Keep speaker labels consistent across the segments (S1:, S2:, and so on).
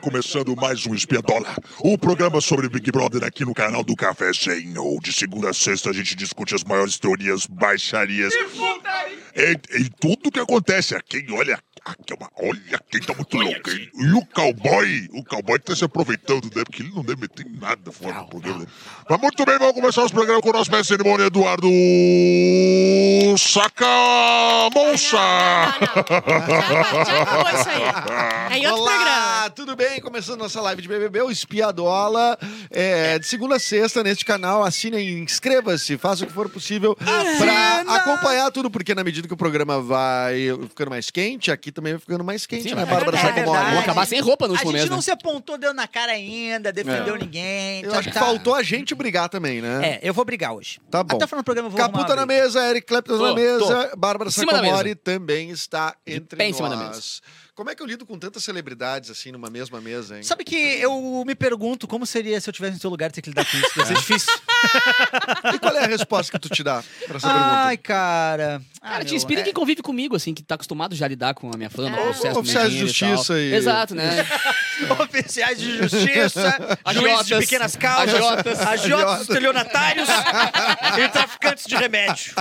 S1: começando mais um Espiadola, um programa sobre Big Brother aqui no canal do Cafézinho. De segunda a sexta a gente discute as maiores teorias, baixarias e, e tudo que acontece. Quem olha, aqui é uma- olha quem tá muito louco. hein? E o cowboy, o cowboy tá se aproveitando, né? Porque ele não deve meter em nada fora do programa. né? Mas muito bem, vamos começar nosso programa com o nosso mestre de cerimônia, Eduardo Sacamonça.
S2: Já, já acabou isso aí. É em outro
S3: Olá,
S2: programa.
S3: tudo bem? Começando nossa live de BBB, o Espiadola. É, de segunda a sexta, neste canal, assinem, inscreva-se, faça o que for possível pra acompanhar tudo, porque na medida que o programa vai ficando mais quente, aqui também vai ficando mais quente,
S4: Sim,
S3: né,
S4: vai.
S3: Bárbara
S5: É
S3: Sacomori?
S5: verdade.
S4: Vou acabar sem roupa no
S5: A
S4: último
S5: gente
S4: mês.
S5: não
S4: né?
S5: se apontou, deu na cara ainda, defendeu ninguém.
S3: Eu
S5: tá-
S3: acho que
S5: tá-
S3: faltou a gente brigar também, né?
S5: É, eu vou brigar hoje.
S3: Tá bom.
S5: Até o final do programa eu vou arrumar
S3: Caputa
S5: uma
S3: na
S5: briga.
S3: mesa, Eric Clapton
S4: Tô,
S3: na mesa, Bárbara
S4: Em cima da
S3: Sacomori também está entre
S4: pé em
S3: nós.
S4: cima da mesa.
S3: Como é que eu lido com tantas celebridades assim numa mesma mesa, hein?
S5: Sabe que eu me pergunto como seria se eu tivesse no seu lugar ter que lidar com isso. né? Deve ser difícil.
S3: E qual é a resposta que tu te dá pra essa pergunta?
S5: Ai, cara. Ah,
S4: Cara, te
S5: meu,
S4: inspira
S5: é-
S4: quem convive comigo, assim, que tá acostumado já a lidar com a minha fama,
S2: Ah.
S4: com o sucesso do meu
S3: Oficiais de
S4: dinheiro e tal.
S3: justiça e-
S4: Exato, né?
S5: Oficiais de justiça, juízes de
S4: Agiotas,
S5: pequenas causas,
S4: agiotas.
S5: agiotas, estelionatários e traficantes de remédio.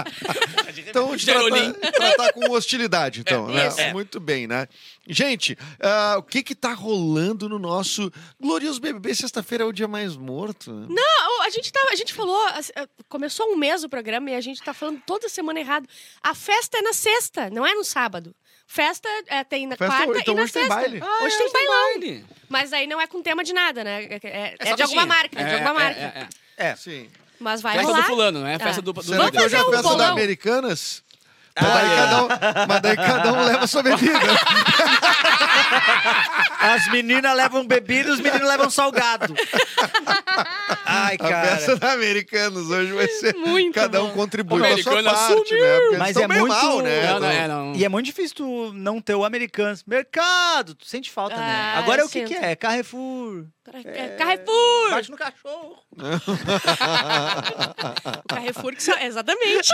S3: Então, de
S4: Gerolim.
S3: tratar, tratar com hostilidade, então, né?
S5: isso. É.
S3: Muito bem, né? Gente, ah, o que que tá rolando no nosso Glorioso BBB? Sexta-feira é o dia mais morto. né?
S2: Não, Ah, a gente, tava, a gente falou, assim, começou um mês o programa e a gente tá falando toda semana errado. A festa é na sexta, não é no sábado. Festa é, tem na
S3: Festa-
S2: quarta
S3: então
S2: e na
S3: hoje tem
S2: sexta.
S3: baile.
S5: Ah, é
S2: hoje tem bailão.
S4: Baile.
S2: Mas aí não é com tema de nada, né? É, é- é
S4: só
S2: de alguma
S4: festinha.
S2: marca, é de
S4: É,
S2: alguma
S4: é,
S2: marca.
S4: é, é.
S5: É.
S3: Sim.
S2: Mas vai
S4: Festa do
S2: rolar.
S4: fulano, né?
S2: É.
S4: Festa do... do
S3: Será que
S4: líder.
S3: hoje é a
S2: fazer um
S3: festa da
S2: bolão?
S3: Americanas?
S5: Ah,
S3: Mas daí
S5: é.
S3: cada um- mas daí cada um leva sua bebida.
S5: As meninas levam bebida e os meninos levam salgado. Ai,
S3: A
S5: cara.
S3: festa da Americanas hoje vai ser.
S2: Muito
S3: cada um
S2: bom.
S3: contribui
S4: O
S3: com a sua
S4: Americanas
S3: parte, né? Porque eles
S5: Mas
S3: tão
S5: é
S3: bem
S5: muito-
S3: mal, né?
S4: Não, não, é, não.
S5: E é muito difícil tu não ter o americano. Mercado, tu sente falta, né?
S2: Ah,
S5: Agora é
S2: eu
S5: o que,
S2: sinto.
S5: que é? Carrefour.
S2: É, Carrefour!
S5: Bate no cachorro.
S2: O Carrefour que só... Exatamente.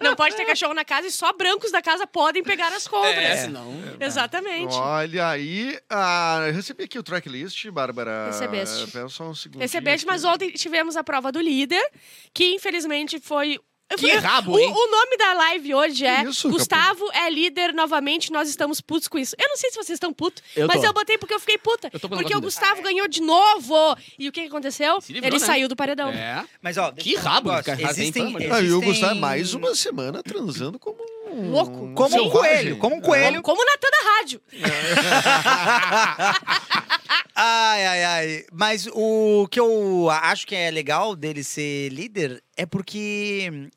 S2: Não pode ter cachorro na casa e só brancos da casa podem pegar as compras.
S4: É, senão...
S2: Exatamente.
S3: Olha aí, ah, eu recebi aqui o tracklist, Bárbara.
S2: Recebeste.
S3: Pera só um segundo.
S2: Recebeste, mas ontem tivemos a prova do líder, que infelizmente foi.
S4: Que rabo,
S2: o,
S4: hein?
S2: o nome da live hoje é
S3: Que isso, Capu?
S2: Gustavo é líder novamente, nós estamos putos com isso. Eu não sei se vocês estão putos,
S4: Eu
S2: mas
S4: tô.
S2: eu botei porque eu fiquei puta.
S4: Eu tô com um
S2: porque
S4: negócio
S2: o
S4: desse.
S2: Gustavo ganhou de novo. E o que que aconteceu?
S4: Se livrou,
S2: Ele
S4: né?
S2: saiu do paredão.
S4: É.
S5: Mas, ó, deixa
S4: Que
S5: eu falar
S4: rabo,
S5: um negócio.
S4: cara, tem
S5: Existem,
S4: fama, né?
S3: Ah, e o
S5: existem-
S3: Gustavo, mais uma semana transando como um.
S2: Louco.
S5: Como um
S3: selvagem.
S5: coelho, como um coelho.
S2: Como o Natan da rádio.
S5: Ai, ai, ai. Mas o que eu acho que é legal dele ser líder é porque.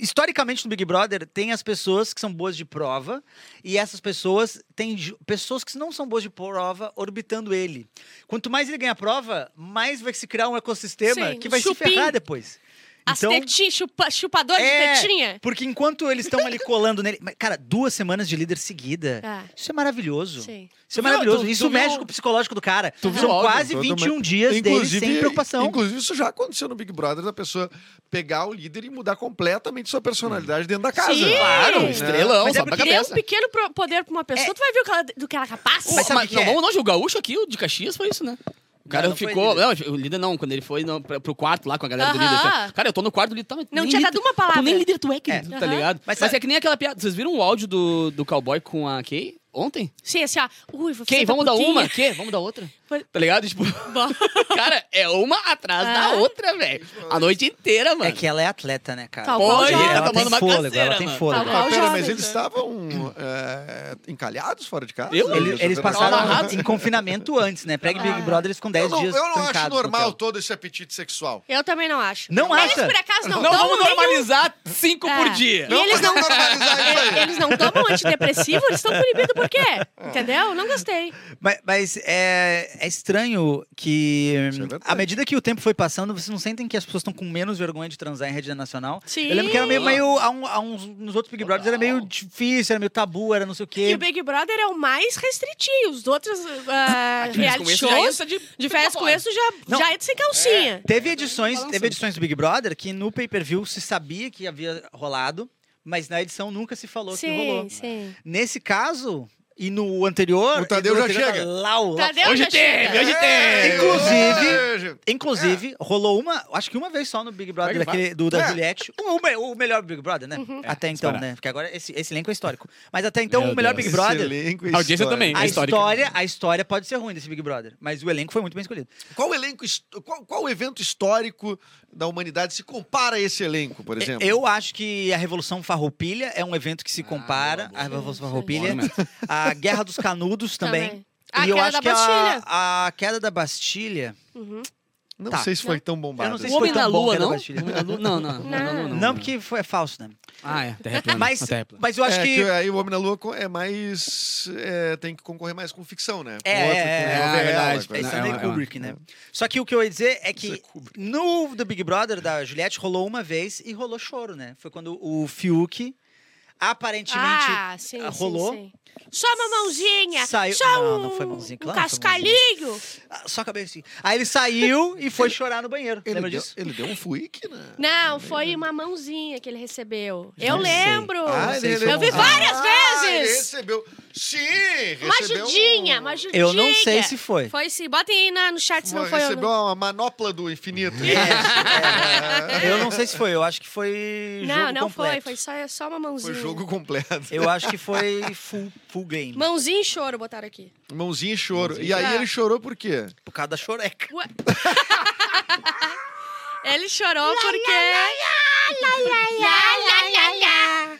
S5: Historicamente no Big Brother tem as pessoas que são boas de prova e essas pessoas têm ju- pessoas que não são boas de prova orbitando ele. Quanto mais ele ganha a prova, mais vai se criar um ecossistema
S2: Sim,
S5: que vai
S2: chupim.
S5: se ferrar depois.
S2: As
S4: Então-
S2: tetinhas, chupa- chupador
S5: É.
S2: de tetinha.
S5: porque enquanto eles estão ali colando nele, Mas, cara, duas semanas de líder seguida.
S2: Ah,
S5: Isso é maravilhoso.
S2: sim.
S5: Isso
S4: Viu?
S5: é maravilhoso.
S4: Tu- tu
S5: Isso
S4: viu-
S5: mexe com o psicológico do cara.
S4: viu
S5: São
S4: óbvio,
S5: quase
S3: todo
S5: 21
S3: mundo-
S5: dias dele sem preocupação.
S3: Inclusive, isso já aconteceu no Big Brother da pessoa pegar o líder e mudar completamente sua personalidade dentro da casa.
S2: Sim. Claro,
S4: estrelão,
S5: Mas é
S4: sobe pra
S5: porque
S2: Deu um
S4: cabeça.
S2: pequeno pro- poder pra uma pessoa, tu vai ver o que ela- do que ela é capaz.
S4: Mas,
S5: Mas sabe o que
S4: não,
S5: é?
S4: vamos não, o gaúcho aqui, o de Caxias, foi isso, né? O cara
S5: Não, não foi
S4: ficou.
S5: líder.
S4: Não, o líder não, quando ele foi não, pra, pro quarto lá com a galera do líder.
S2: Aham.
S4: ele falou, Cara, eu tô no quarto do líder. Tá, mas
S2: Não
S4: nem
S2: tinha
S4: líder-
S2: dado uma palavra.
S4: Tu nem líder tu é, querido, tá
S2: Aham.
S4: ligado? Mas,
S5: Mas sabe-
S4: é que nem aquela piada. Vocês viram o áudio do, do cowboy com a Kay ontem?
S2: Sim, assim, ó. Ui, vou
S4: Kay,
S2: fazer
S4: vamos dar
S2: putinha.
S4: uma? Kay, vamos dar outra?
S2: Foi-
S4: Tá ligado? Tipo, cara, é uma atrás da
S2: Ah.
S4: outra, velho. A noite inteira, mano.
S5: É que ela é atleta, né, cara?
S2: Tá bom, Pô, já. ele tá
S5: ela tem
S4: tomando uma
S5: fôlego,
S4: canseira,
S5: ela tem
S4: mano.
S5: fôlego.
S2: Tá bom.
S3: Ah, pera,
S2: jovens,
S3: mas eles
S2: né?
S3: estavam é, encalhados fora de casa?
S4: Eu-
S5: Eles,
S3: Tá
S5: eles
S2: Tá
S5: passaram
S4: amarrados.
S5: em confinamento antes, né? Preg
S2: Ah.
S5: Big Brother, eles ficam
S3: Eu
S5: 10
S3: não,
S5: dias
S3: eu não acho
S5: trancados no
S3: normal
S5: hotel.
S3: todo esse apetite sexual.
S2: Eu também não acho.
S5: Não um
S2: Eles,
S5: acha?
S2: por acaso, não,
S4: Não,
S2: tomam
S4: vamos
S2: nenhum-
S4: normalizar cinco
S2: É.
S4: por dia.
S2: E eles não,
S3: podemos normalizar isso aí.
S2: É, eles não tomam antidepressivo, eles estão proibidos por quê?
S5: É.
S2: Entendeu? Não gostei.
S5: Mas, mas é, é estranho que,
S3: Isso é
S5: hum,
S3: verdade.
S5: à medida que o tempo foi passando, vocês não sentem que as pessoas estão com menos vergonha de transar em rede nacional?
S2: Sim.
S5: Eu lembro que era meio, meio a um- a uns, nos outros Big Brothers era meio difícil, era meio tabu, era não sei o quê.
S2: E o Big Brother é o mais restritivo. Os outros ah,
S4: Eles com
S2: reality
S4: esse já
S2: shows,
S4: entra é de,
S2: de férias com isso, já,
S5: Não.
S2: já é de sem calcinha.
S5: Teve edições,
S4: balançando.
S5: teve edições do Big Brother que no pay-per-view se sabia que havia rolado, mas na edição nunca se falou que rolou.
S2: sim.
S5: Nesse caso, E no anterior.
S3: O Tadeu
S5: e no
S3: já
S5: anterior,
S3: chega.
S5: Lá, o- lá.
S2: Tadeu
S4: Hoje
S2: já
S4: teve,
S2: chega.
S4: hoje
S3: É,
S4: teve.
S5: É, Inclusive- Inclusive, rolou uma, acho que uma vez só no Big Brother
S4: Vai, vai.
S5: daquele, do, da
S3: É.
S5: Juliette. Um, O, o me- o melhor Big Brother, né?
S2: Uhum.
S5: Até
S4: É,
S5: então,
S4: disparado.
S5: né? Porque agora esse, esse elenco é histórico. Mas até então,
S4: Meu
S5: o melhor
S4: Deus.
S5: Big Brother.
S3: elenco
S4: A audiência também.
S5: A
S4: É histórico.
S5: história, a história pode ser ruim desse Big Brother, mas o elenco foi muito bem escolhido.
S3: Qual elenco, his- qual, qual evento histórico da humanidade se compara a esse elenco, por exemplo?
S5: É, Eu acho que a Revolução Farroupilha é um evento que se compara.
S4: boa,
S5: a Revolução
S4: Bora,
S5: Farroupilha.
S4: mano.
S5: A Guerra dos Canudos
S2: Tá
S5: também.
S2: A
S5: e eu
S2: queda
S5: acho
S2: da
S5: que
S2: Bastilha.
S5: a, a queda da Bastilha.
S2: Uhum.
S3: Não
S5: Tá.
S3: sei se foi tão bombado.
S5: Eu não sei
S4: O
S5: se foi
S4: Homem
S5: tão
S4: na
S5: bom
S4: Lua,
S2: né,
S5: que era
S4: não? O
S5: Bastilha.
S4: Homem na Lua, não, não. O Homem na Lua,
S5: Não,
S4: não.
S5: porque foi, é falso, né?
S4: Ah, é, terra plana.
S5: Mas,
S4: Não, terra plana.
S5: mas eu acho
S3: é,
S5: que.
S3: que aí o Homem na Lua co- é mais. é, tem que concorrer mais com ficção, né? Com
S5: É,
S3: outro,
S5: é,
S3: com
S5: é,
S3: novela,
S4: é verdade.
S3: com-
S5: É
S4: Não,
S5: Stanley
S4: é uma-
S5: Kubrick, né?
S3: é.
S5: Só que o que eu ia dizer é
S3: Isso é
S5: que
S3: Kubrick.
S5: no do Big Brother da Juliette rolou uma vez e rolou choro, né? Foi quando o Fiuk aparentemente
S2: Ah, sim, sim,
S5: rolou.
S2: sim. Só uma mãozinha.
S5: Saiu-
S2: Só
S5: Não,
S2: um,
S5: não foi mãozinha, claro
S2: um
S5: que foi mãozinha.
S2: cascalhinho.
S5: Ah, Só acabei assim. Aí ele saiu e foi chorar no banheiro.
S3: Ele
S5: Lembra
S3: deu,
S5: disso?
S3: ele deu um fuique, né?
S2: Não, foi uma mãozinha que ele recebeu. Eu
S4: Não sei.
S2: lembro.
S4: Ah,
S3: ele
S4: sei se
S3: recebeu-
S5: um-
S4: eu vi
S2: várias
S3: Ah,
S2: vezes.
S3: Ele recebeu. Sim! Recebeu um-
S2: uma ajudinha, uma ajudinha.
S5: um- Eu não sei se foi.
S2: Foi sim. Botem aí na- no chat se
S3: Uma-
S2: não foi ou
S3: recebeu
S2: não. É.
S3: uma manopla do infinito. né?
S5: Eu não sei se foi, eu acho que foi.
S2: Não,
S5: um jogo
S2: não foi.
S5: completo.
S2: Foi só, é só uma mãozinha.
S3: Foi jogo completo.
S5: Eu acho que foi full, full game.
S2: Mãozinha e choro botaram aqui.
S3: Mãozinha e choro.
S5: Mãozinha
S3: E aí
S2: choro.
S3: ele chorou por quê?
S5: Por causa da choreca.
S2: Ué. Ele chorou porque.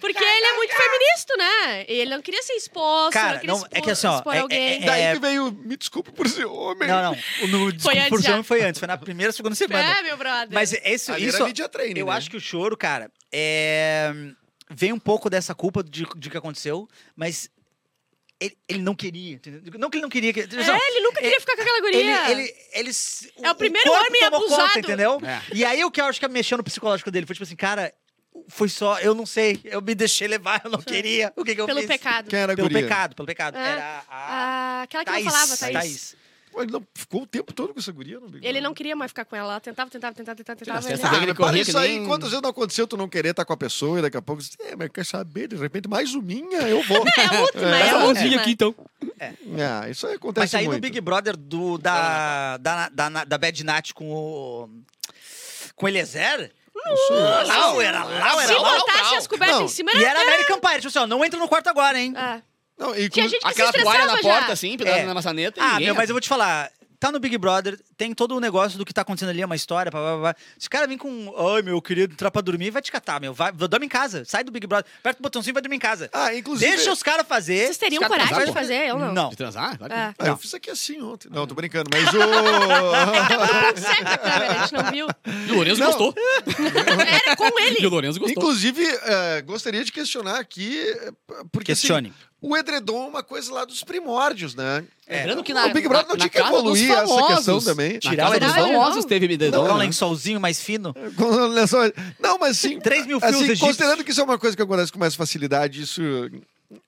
S2: Porque ele é muito feminista, né? E Ele não queria ser exposto,
S5: Cara,
S2: não queria
S5: não, é que
S2: expo-
S5: assim, ó,
S2: expor
S5: é-
S2: alguém.
S5: É-
S3: Daí que veio, me desculpe por ser homem.
S5: Não, não. O no
S2: Foi
S5: Desculpa
S2: antes
S5: por
S2: já.
S5: Jovem foi antes, foi na primeira, segunda semana.
S2: É, meu brother.
S5: Mas esse,
S3: Ali
S5: isso,
S3: era media training,
S5: eu
S3: né?
S5: acho que o choro, cara, é... vem um pouco dessa culpa de, de que aconteceu, mas ele, ele não queria, entendeu? Não que ele não queria... Que,
S2: É, ele nunca queria ficar com aquela guria.
S5: assim, Ele, ele, ele s-
S2: É o primeiro
S5: corpo
S2: homem
S5: tomou conta,
S2: abusado.
S5: entendeu?
S4: É.
S5: E aí o que eu acho que mexeu no psicológico dele foi tipo assim, cara, foi só, eu não sei, eu me deixei levar, eu não queria, o que, que eu
S2: Pelo
S5: fiz?
S2: pecado.
S3: Quem era a
S5: Pelo
S3: guria?
S5: pecado, pelo pecado.
S2: É.
S5: Era a,
S2: Ah, aquela que
S5: Thaís,
S2: não falava, Thaís.
S5: Thaís.
S3: Pô, Ele não ficou o tempo todo com essa guria no Big
S2: Ele
S3: Brother?
S2: não queria mais ficar com ela. Ela tentava, tentava, tentava, tentava, tentava.
S4: Nossa,
S2: ele-
S4: essa daí
S3: Ah,
S4: ele
S3: mas para
S4: corria
S3: isso
S4: que
S3: aí,
S4: nem-
S3: quantas vezes não aconteceu tu não querer estar com a pessoa e daqui a pouco você diz, é, mas quer saber, de repente, mais um minha, eu vou.
S2: É a última, é
S4: Essa
S2: a
S4: mãozinha
S2: última.
S4: aqui, então.
S3: é, isso aí acontece
S5: Mas aí
S3: muito.
S5: no Big Brother do, da, da, da, da, Bad Nat com o. Com o Eliezer?
S3: Isso aí.
S5: Lau, era Lau, era
S2: Se
S5: Lau.
S2: botasse as cobertas
S3: Não,
S2: em cima,
S5: E era
S2: era...
S5: American Pie, tipo assim, ó, não entra no quarto agora, hein?
S2: Ah,
S3: Não, e
S2: Tinha
S3: com-
S2: gente que
S4: Aquela
S2: se
S4: toalha
S2: estressava
S4: na
S2: já.
S4: porta, assim, pendurada
S5: É.
S4: na maçaneta.
S5: Ah,
S4: ninguém
S5: meu, mas eu
S4: entra.
S5: vou te falar. Tá no Big Brother, tem todo o negócio do que tá acontecendo ali, é uma história, blá, blá, blá. Se o cara vem com, ai, meu, eu queria entrar pra dormir, vai te catar, meu. Vai, dorme em casa, sai do Big Brother, aperta o botãozinho e vai dormir em casa.
S3: Ah, inclusive...
S5: Deixa os caras fazer.
S2: Vocês teriam
S4: Os caras
S2: coragem
S4: casaram?
S2: de fazer? Eu não.
S5: Não.
S4: De transar? Claro que
S2: Ah.
S3: Ah, eu
S5: Não.
S3: fiz aqui assim ontem. Não, tô brincando, mas o...
S2: Certo, câmera, a gente É. não viu.
S4: não. E o Lourenço
S3: Não.
S4: gostou.
S2: Era com
S4: E o
S2: ele.
S4: Lourenço gostou.
S3: Inclusive, eh, gostaria de questionar aqui, eh, porque assim,
S5: Questione.
S3: o edredom é uma coisa lá dos primórdios, né?
S4: Lembrando que
S3: o Big Brother não tinha que
S4: casa dos
S3: evoluir essa
S4: famosos.
S3: questão também.
S4: Na
S5: Tirar o
S4: casa dos
S2: edredom.
S4: famosos teve me
S5: Colocar
S4: dedão.
S5: um
S4: né?
S5: lençolzinho mais fino.
S3: Com lençol- Não, mas sim.
S5: 3 mil fios
S3: Assim,
S5: egípcios.
S3: considerando que isso é uma coisa que acontece com mais facilidade, isso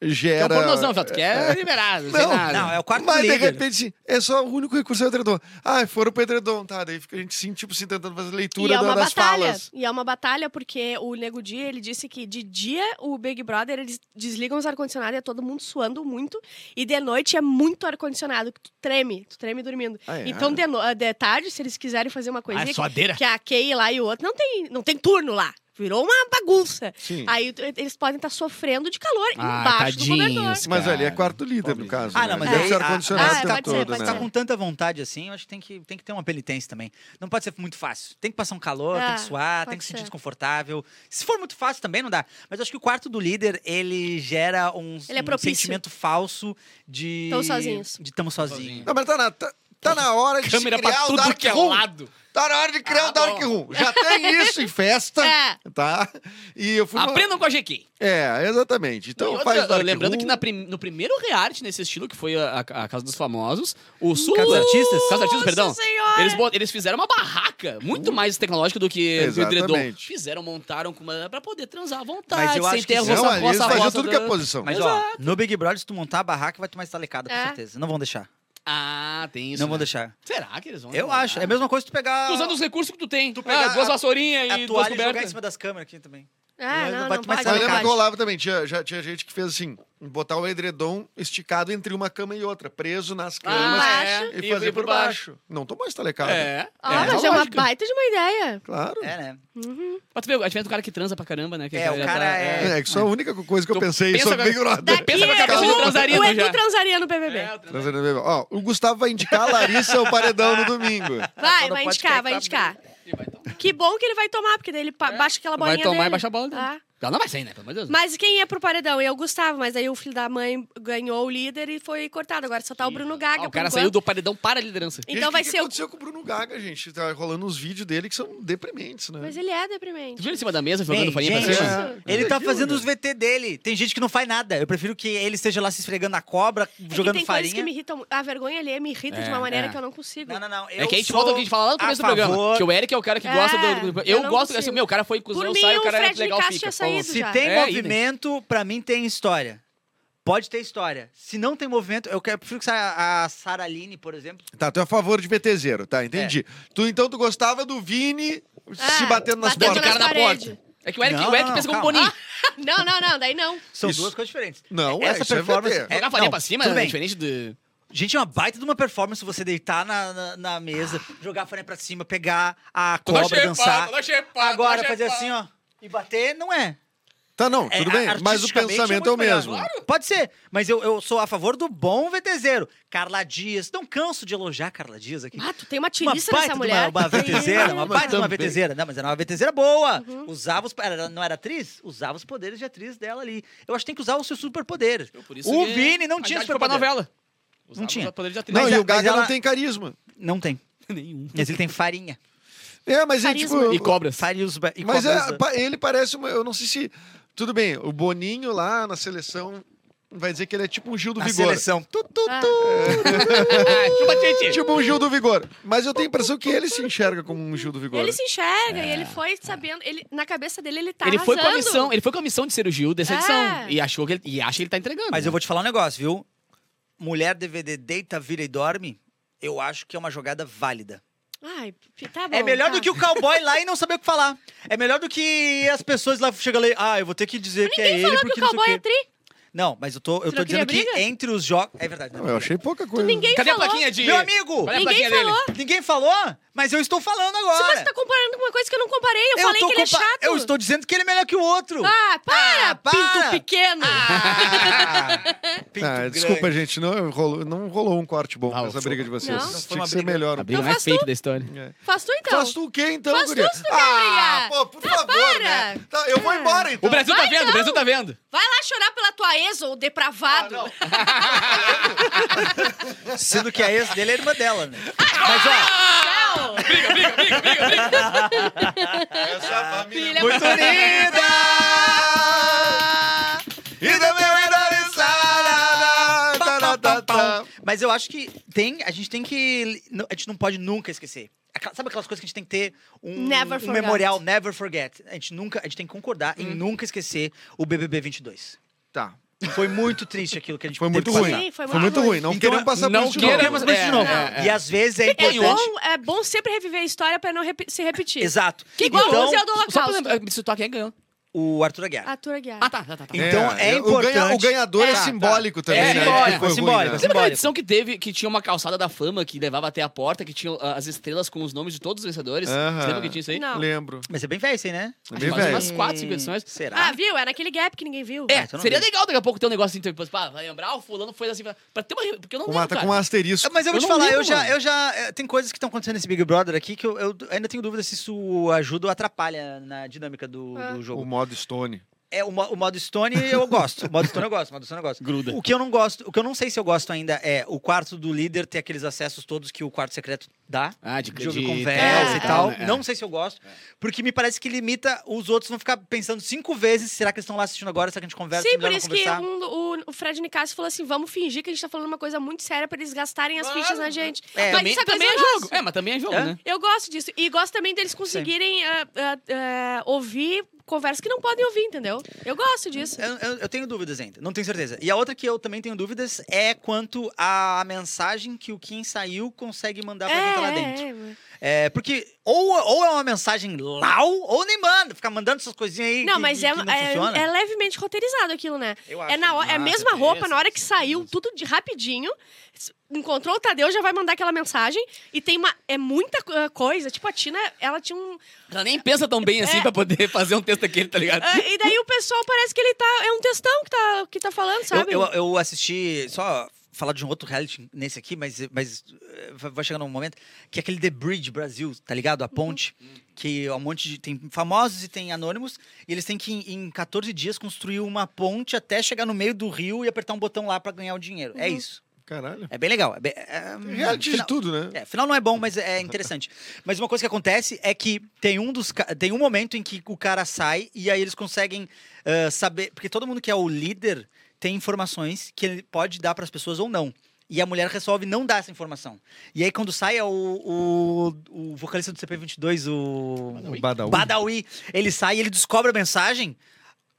S4: É um
S3: gera.
S4: pornozão, Jota, que é liberado, sem
S3: Não,
S4: nada. Ah,
S5: Não, é o quarto
S3: Mas
S5: líder.
S3: de repente, é só o único recurso é o edredom. Ah, foram pro edredom, tá? Daí fica a gente sim, tipo, assim, tentando fazer
S2: E
S3: leitura
S2: é
S3: da-
S2: uma
S3: das
S2: batalha.
S3: falas.
S2: E é uma batalha porque o Nego Di, ele disse que de dia o Big Brother, eles desligam os ar-condicionado e é todo mundo suando muito. E de noite é muito ar-condicionado, que tu treme, tu treme dormindo.
S3: Ah, é?
S2: Então, de, no- de tarde, se eles quiserem fazer uma coisinha,
S4: Ah, é
S2: que-
S4: suadeira.
S2: que a Kay lá e o outro, não tem, não tem turno lá. Virou uma bagunça.
S3: Sim.
S2: Aí tu- eles podem estar sofrendo de calor
S4: Ah,
S2: embaixo do cobertor.
S4: tadinhos,
S3: Mas ali é
S4: cara.
S3: quarto líder, no
S4: Pobre.
S3: caso.
S5: Ah, não, mas
S3: né?
S5: aí-
S4: é-
S3: Deve ser
S2: ah,
S3: ar-condicionado o
S2: pode
S3: tempo
S2: ser,
S3: todo,
S2: pode
S5: Mas
S3: né?
S5: tá com tanta vontade assim, eu acho que tem que, tem que ter uma penitência também. Não pode ser muito fácil. Tem que passar um calor, tem
S2: Ah,
S5: que suar, tem
S2: pode
S5: que se sentir
S2: ser.
S5: desconfortável. Se for muito fácil também não dá. Mas eu acho que o quarto do líder, ele gera um,
S2: Ele é
S5: um
S2: propício.
S5: sentimento falso de...
S2: Tamo sozinhos.
S5: De tamo sozinho.
S3: Não, mas tá na, tá, tá na hora de se
S4: Câmera
S3: criar
S4: pra
S3: o
S4: tudo
S3: Dark
S4: que é
S3: Room.
S4: lado.
S3: Tá na hora de criar
S4: Ah,
S3: o Dark
S4: bom.
S3: Room. Já tem isso em festa,
S2: É.
S3: tá? E eu fui... uma-
S4: Aprendam com a GQ.
S3: É, exatamente. Então
S4: E outra,
S3: faz o Dark
S4: lembrando
S3: Room.
S4: que na prim- no primeiro reality nesse estilo, que foi a, a- a Casa dos Famosos, o Sul...
S5: Casa dos Artistas?
S4: Casa dos Artistas, perdão.
S2: Senhora!
S4: Eles, bot- eles fizeram uma barraca muito mais tecnológica do que do
S3: Hum. Exatamente.
S4: edredom. Fizeram, montaram com uma... pra poder transar à vontade,
S5: Mas eu
S4: sem ter
S5: acho que
S4: a
S5: isso-
S4: roça,
S3: Não, ali eles
S4: roça,
S3: faziam
S4: roça
S3: tudo
S4: do-
S3: que é posição.
S5: Mas ó, no Big Brother, se tu montar a barraca, vai tomar estalecada, com
S2: É.
S5: certeza. Não vão deixar.
S4: Ah, tem isso.
S5: não vão
S4: né?
S5: deixar.
S4: Será que eles vão?
S5: Eu
S4: demorar?
S5: acho. É a mesma coisa que tu pegar
S4: Tu usando os recursos que tu tem.
S5: pegar
S4: ah, duas
S5: a-
S4: vassourinhas
S5: a
S4: e duas
S5: toalha e jogar em
S4: cobertas.
S5: cima das câmeras aqui também.
S2: É, não,
S5: vai começar a
S2: não pode, não
S3: Mas
S5: Sacanagem.
S3: lembra que
S2: pode.
S3: rolava também. Tinha, já tinha gente que fez assim: botar o edredom esticado entre uma cama e outra, preso
S4: Ah,
S3: nas camas
S5: é,
S2: baixo.
S3: e fazer por baixo. Não tomou estalecada.
S4: É.
S2: Ah,
S4: é.
S2: mas
S3: essa
S2: é uma
S3: lógica.
S2: baita de uma ideia.
S3: Claro.
S5: É, né?
S4: Mas tu vê, a gente do cara que transa pra caramba, né? Que
S5: É,
S4: já
S5: o
S4: tá-
S5: cara é-
S3: É, que isso é a única coisa que eu
S4: Tu
S3: pensei
S4: pensa
S3: sobre
S4: agora-
S3: Big Brother.
S4: Pensa com a cabeça
S2: o,
S4: do transarino
S2: o Edu
S4: já.
S2: transaria no BBB.
S4: É, o trans-
S3: Trazendo bebê. Ó, o Gustavo vai indicar a Larissa ao paredão no domingo.
S2: Vai,
S5: Só não
S2: vai
S5: pode cair
S2: indicar, vai
S5: pra-
S2: indicar.
S4: então.
S2: Que bom que ele vai tomar, porque daí ele pa- baixa aquela bolinha
S4: Vai tomar
S2: dele.
S4: e baixar a bola dele.
S2: Ah.
S4: Ela não vai sair, né? Pelo amor de Deus.
S2: Mas quem ia pro paredão? É o Gustavo, mas aí o filho da mãe ganhou o líder e foi cortado. Agora só tá o Bruno Gaga.
S4: Ah, o
S2: por
S4: cara
S2: enquanto.
S4: saiu do paredão para a liderança.
S2: Então
S3: Gente,
S2: vai
S3: o que
S2: ser
S3: que
S2: o.
S3: aconteceu com o Bruno Gaga, gente? Tá rolando uns vídeos dele que são deprimentes, né?
S2: Mas ele é
S4: Tu
S2: deprimente.
S4: viu ele em cima da mesa jogando
S5: Bem,
S4: farinha pra
S5: gente,
S4: cima?
S3: É.
S5: Ele tá
S3: Viu,
S5: fazendo
S3: né?
S5: os VT dele. Tem gente que não faz nada. Eu prefiro que ele esteja lá se esfregando na cobra,
S2: É que
S5: jogando
S2: tem coisas que
S5: farinha.
S2: me irritam. muito. A vergonha ali me irrita
S4: É,
S2: de uma maneira
S4: é.
S2: que eu não consigo.
S5: Não, não, não. Eu
S4: É que a gente
S5: sou
S4: volta ao que a gente fala lá no começo
S5: a
S4: do programa.
S5: favor-
S4: Que o Eric é o cara que
S2: É,
S4: gosta do. do-
S2: eu
S4: Eu
S2: não
S4: gosto, assim,
S2: consigo.
S4: meu, o cara foi cuzão,
S2: Por
S4: sai,
S2: mim,
S4: o
S2: o
S4: cara é
S2: Fred
S4: legal,
S2: Nicasso
S4: fica.
S2: tinha saído
S5: Se
S2: já.
S5: tem
S4: É,
S5: movimento, pra mim tem história. Pode ter história. Se não tem movimento, eu quero- eu prefiro que saia a Sara Aline, por exemplo.
S3: Tá, tu é a favor de VTZero, tá? Entendi. Tu então tu gostava do Vini se
S2: É,
S3: batendo nas
S4: Dando o
S2: batendo
S3: portas.
S4: cara
S2: nas
S4: na
S2: paredes.
S4: porta. É que o Eric,
S5: Não,
S4: o Eric
S5: não,
S4: pensa
S5: calma.
S4: como Boninho.
S2: Não, não, não, daí não.
S5: São
S3: Isso.
S5: duas coisas diferentes.
S3: Não, é,
S5: Essa
S3: isso é
S5: performance.
S3: VT.
S5: é-
S4: Jogar farinha
S5: não,
S4: pra cima
S5: tudo
S4: é
S5: bem.
S4: diferente de.
S5: Gente, é uma baita de uma performance você deitar na, na- na mesa,
S3: Ah.
S5: jogar a farinha pra cima, pegar a
S4: Toda
S5: cobra,
S4: chepada,
S5: dançar.
S4: toda chepada,
S5: Agora,
S4: toda
S5: fazer
S4: chepada.
S5: assim, ó, e bater, não é.
S3: Tá, não,
S5: É,
S3: tudo bem.
S5: a-
S3: Mas o
S5: artisticamente
S3: pensamento é, o
S5: muito melhor.
S3: mesmo.
S5: Pode ser, mas eu, eu sou a favor do bom VTZero. Carla Dias, não canso de elogiar a Carla Dias aqui.
S2: Ah, tu tem uma
S5: Uma
S2: tiriça
S5: baita
S2: nessa
S5: de
S2: mulher. Uhum.
S5: uma, uma VTZera, uma
S3: Mas
S5: baita de uma
S3: também.
S5: VTZera. Não, mas era uma VTZera boa. Usava os... Ela não era atriz? Usava os poderes de atriz dela ali. Eu acho que tem que usar os seus superpoderes.
S4: Por isso
S5: O
S4: que
S5: Vini não
S4: a
S5: tinha
S4: gente foi pra
S5: superpoder.
S4: novela. Usava os
S5: tinha.
S4: poderes de atriz. Tipo,
S3: Não,
S5: Mas
S3: e
S5: a-
S3: o Gaga
S5: mas ela-
S3: não tem carisma.
S5: Não tem.
S4: Nenhum.
S5: Mas ele tem farinha.
S3: É, mas é
S2: Carisma.
S3: tipo.
S4: E cobras.
S5: Farinha os ba- e
S3: mas é,
S5: cobras, né?
S3: pa- ele parece uma. Eu não sei se. Tudo bem, o Boninho lá na seleção vai dizer que ele é tipo um Gil do
S5: Na
S3: Vigor.
S5: seleção. Tu, tu,
S2: Ah.
S5: tu.
S4: Ah, chupa, Tietê.
S3: Tipo um Gil do Vigor. Mas eu tenho a impressão que ele se enxerga como um Gil do Vigor.
S2: Ele se enxerga e ele foi sabendo. Ele, na cabeça dele, ele tá
S4: Ele foi com a
S2: arrasando.
S4: missão, ele foi com a missão de ser o Gil dessa
S2: É.
S4: edição. E achou que ele, e acha que ele tá entregando.
S5: Mas eu vou te falar um negócio, viu? Mulher DVD deita, vira e dorme, eu acho que é uma jogada válida.
S2: Ai, p- tá bom.
S5: É melhor
S2: tá.
S5: do que o cowboy lá e não saber o que falar. É melhor do que as pessoas lá chegam ali, ah, eu vou ter que dizer que é
S2: Ninguém
S5: ele
S2: falou
S5: porque
S2: que o
S5: não sei o
S2: cowboy é
S5: quê.
S2: tri.
S5: Não, mas eu tô, eu
S2: Tu
S5: tô
S2: não queria
S5: dizendo que
S2: briga?
S5: entre os jogos. É verdade. não é
S3: Não, eu
S5: briga.
S3: achei pouca coisa.
S2: Ninguém
S4: Cadê
S2: falou.
S4: a plaquinha de.
S5: Meu amigo!
S4: Cadê a
S2: Ninguém
S4: plaquinha
S2: falou.
S4: dele?
S5: Ninguém falou, mas eu estou falando
S2: Se
S5: agora.
S2: você tá comparando com uma coisa que eu não comparei, eu, falei
S5: tô
S2: que ele é
S5: compa-
S2: chato.
S5: Eu estou dizendo que ele é melhor que o outro.
S2: Ah, para,
S5: Ah, para.
S2: pinto pequeno.
S5: Ah,
S2: é
S5: pinto
S3: Ah,
S5: grande.
S3: desculpa, gente, não rolou, não rolou um corte bom
S4: Ah,
S3: nessa
S4: foi-
S3: briga de vocês.
S2: Não?
S3: Tinha que ser melhor.
S4: A
S3: um
S4: briga
S2: Então
S4: mais
S2: faz
S4: feita
S2: tu.
S4: da história.
S3: pouco. É.
S2: Faz tu então.
S3: Faz tu o quê, então,
S2: Faz tu
S3: guria?
S2: se tu quer
S3: Ah,
S2: brigar.
S3: pô, por
S2: Ah,
S3: favor,
S2: para.
S3: né? Tá, eu vou
S2: Ah.
S3: embora, então.
S4: O Brasil tá
S2: Vai,
S4: vendo, o
S2: não.
S4: Brasil tá vendo.
S2: Vai lá chorar pela tua ex, ou depravado.
S5: Sendo que a ex dele é irmã dela, né?
S2: Ah,
S5: Mas ó,
S2: Tchau.
S3: Essa é família
S2: Filha
S5: muito unida!
S3: E também é dançada. Tá, tá, tá, tá.
S5: Mas eu acho que tem, a gente tem que. não- A gente não pode nunca esquecer. Aquela- Sabe aquelas coisas que a gente tem que ter um,
S2: Never
S5: um
S2: forget.
S5: memorial, never forget. A gente nunca, a gente tem que concordar em nunca esquecer o BBB 22.
S3: Tá.
S5: Foi muito triste aquilo que a gente
S3: Foi
S5: teve
S3: muito
S5: que
S3: ruim.
S5: passar.
S2: Sim, foi
S3: foi
S2: muito
S3: muito
S2: ruim.
S3: ruim. Não
S5: Então,
S3: queremos passar
S4: não
S3: por isso de novo.
S5: Não
S4: queremos
S5: queremos mais isso de
S4: É,
S5: novo.
S4: é, é.
S5: E às vezes é
S2: É
S5: importante.
S2: bom, é bom sempre reviver a história pra não repi- se repetir.
S5: Exato.
S2: Que igual o
S5: então,
S2: Museu do
S4: Só pra
S2: Holocausto.
S4: lembrar, me citar quem ganhou.
S5: o Arthur Aguiar.
S2: A Tura Guiar.
S4: Ah, tá, tá, tá. tá.
S5: É, Então é
S3: o ganha-
S5: importante.
S3: O ganhador é
S5: Tá, tá.
S3: simbólico também,
S4: É
S3: né?
S4: simbólico,
S3: Que foi
S5: é
S3: ruim, né?
S5: simbólico, é
S4: Lembra aquela
S5: Simbólico.
S4: edição que teve, que tinha uma calçada da fama que levava até a porta, que tinha ah, as estrelas com os nomes de todos os vencedores?
S3: Aham.
S4: Você lembra que tinha isso aí?
S2: Não.
S3: Lembro.
S5: Mas é bem velho isso aí, né?
S3: É bem
S4: Faz
S3: velho.
S4: umas quatro, cinco edições.
S5: Será?
S2: Ah, viu? É naquele gap que ninguém viu.
S4: É,
S5: Ah, então não
S4: seria
S5: vi.
S4: legal daqui a pouco ter um negócio assim, tipo, pá, vai lembrar, o fulano foi assim, pra- pra ter uma... re- Porque eu não
S3: Com,
S4: lembro,
S3: uma,
S4: cara.
S3: com um asterisco.
S5: Mas eu vou
S4: Eu
S5: te
S4: não
S5: falar, eu
S4: lembro,
S5: já,
S4: mano.
S5: eu já. eh, Tem coisas que estão acontecendo nesse Big Brother aqui que eu, eu d- ainda tenho dúvida se isso ajuda ou atrapalha na dinâmica do,
S2: Ah.
S5: do
S3: O
S5: jogo.
S3: modo Stone.
S5: É, o, mo- o modo Stone eu gosto. O modo Stone eu gosto, o modo Stone eu gosto.
S4: Gruda.
S5: O que eu não gosto, o que eu não sei se eu gosto ainda é o quarto do líder ter aqueles acessos todos que o quarto secreto dá.
S4: Ah, de,
S5: de ouvir
S4: de-
S5: conversa
S2: é,
S5: e tal.
S4: né?
S5: Não sei se eu gosto, porque me parece que limita os outros vão ficar pensando cinco vezes: será que eles estão lá assistindo agora? Será que a gente conversa?
S2: Sim,
S5: Melhor
S2: por
S5: não
S2: isso que
S5: conversar?
S2: um- o, o Fred Nicasso falou assim: vamos fingir que a gente tá falando uma coisa muito séria pra eles gastarem as
S4: Claro.
S2: fichas na gente.
S5: É,
S2: Mas
S4: Também,
S2: isso
S4: também é
S2: coisa
S4: jogo. É, mas também é jogo,
S5: É?
S4: né?
S2: Eu gosto disso. E gosto também deles conseguirem ah, ah, ah, ouvir conversas que não podem ouvir, entendeu? Eu gosto disso.
S5: Eu, eu- eu tenho dúvidas ainda, não tenho certeza. E a outra que eu também tenho dúvidas é quanto à mensagem que o Kim saiu consegue mandar pra quem tá lá dentro.
S2: é.
S5: É, porque ou, ou é uma mensagem lau, ou nem manda. Fica mandando essas coisinhas aí.
S2: Não,
S5: que-
S2: mas
S5: que-
S2: é,
S5: que não funciona.
S2: é, é levemente roteirizado aquilo, né?
S5: Eu
S2: É, na, hora- é a
S4: Ah,
S2: mesma
S4: certeza,
S2: roupa, na hora que tá
S4: certeza.
S2: saiu, tudo de rapidinho. S- Encontrou o Tadeu, já vai mandar aquela mensagem. E tem uma. É muita co- coisa. Tipo, a Tina, ela tinha um.
S4: Ela nem pensa tão bem assim
S2: É.
S4: pra poder fazer um texto daquele, tá ligado?
S2: é, e daí o pessoal parece que ele tá. É um textão que tá, que tá falando, sabe?
S5: Eu, eu, eu assisti, só falar de um outro reality nesse aqui, mas, mas eh, vai- vai chegar num momento, que é aquele The Bridge Brasil, tá ligado? A ponte. Que é um monte de. Tem famosos e tem anônimos. E eles têm que, em, em 14 dias, construir uma ponte até chegar no meio do rio e apertar um botão lá pra ganhar o dinheiro. É isso.
S3: Caralho.
S5: É bem legal. É bem, é,
S3: Tem Reality de
S5: final-
S3: tudo, né?
S5: é, final não é bom, mas é interessante. mas uma coisa que acontece é que tem um dos ca- tem um momento em que o cara sai e aí eles conseguem ah, saber porque todo mundo que é o líder tem informações que ele pode dar para as pessoas ou não. E a mulher resolve não dar essa informação. E aí, quando sai, é o, o, o vocalista do CP22, o.
S3: O Badawi.
S5: Badawi. Ele sai e ele descobre a mensagem.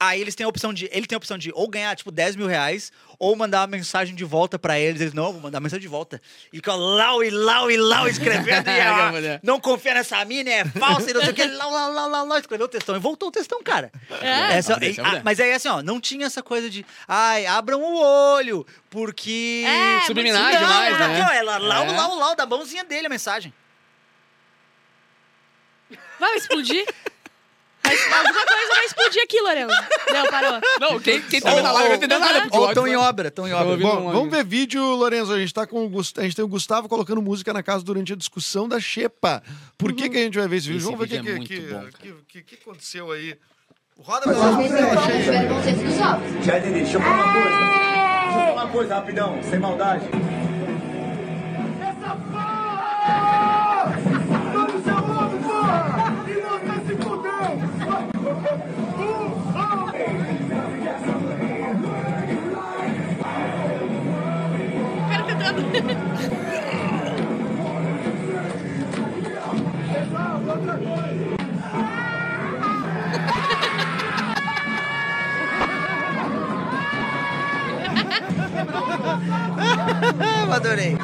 S5: Aí eles têm a opção de. Ele tem a opção de ou ganhar, tipo, 10 mil reais, ou mandar uma mensagem de volta pra eles. Eles, não, eu vou mandar mensagem de volta. E fica lau e lau e lau escrevendo. e
S4: Caraca,
S5: ela,
S4: mulher.
S5: não confia nessa mina, é falsa e não sei o que. Lau, lau, lau, lau, lau, escreveu o textão. E voltou o textão, cara.
S2: É.
S5: Essa-
S4: Vamos ver,
S5: e-
S4: vamos
S5: ah,
S4: ver.
S5: mas aí, assim, ó, não tinha essa coisa de. Ai, abram o olho, porque.
S2: É,
S4: subliminar
S2: muito-
S4: demais,
S5: não,
S4: né?
S5: aqui, ó, ela lau,
S4: É.
S5: lau, lau, da mãozinha dele a mensagem.
S2: Vai explodir? Vai- alguma coisa vai explodir aqui, Lorenzo. Não, parou.
S4: Não, quem, quem tá vendo a live não entendeu nada, porque o
S5: Ou
S4: áudio
S5: estão em
S4: tá-
S5: obra, estão em obra.
S4: ouvindo
S3: Bom,
S4: um
S3: vamos ver vídeo, Lorenzo. A gente, tá com o Gus- a gente tem o Gustavo colocando música na casa durante a discussão da Xepa. Por que, que a gente vai ver esse vídeo?
S4: Uhum. Esse
S3: vamos ver o
S4: vídeo
S3: que,
S4: é
S3: que,
S4: muito
S3: que,
S4: bom, cara.
S3: que, que- que aconteceu aí. Roda pela música que eu achei.
S6: Já entendi. Deixa eu falar uma coisa. Deixa eu falar uma coisa rapidão, sem maldade. Essa porra! Todo seu mundo, porra! E você se fudeu! Um homem!
S2: O cara tentando.
S6: Pessoal, outra coisa!
S5: Eu adorei.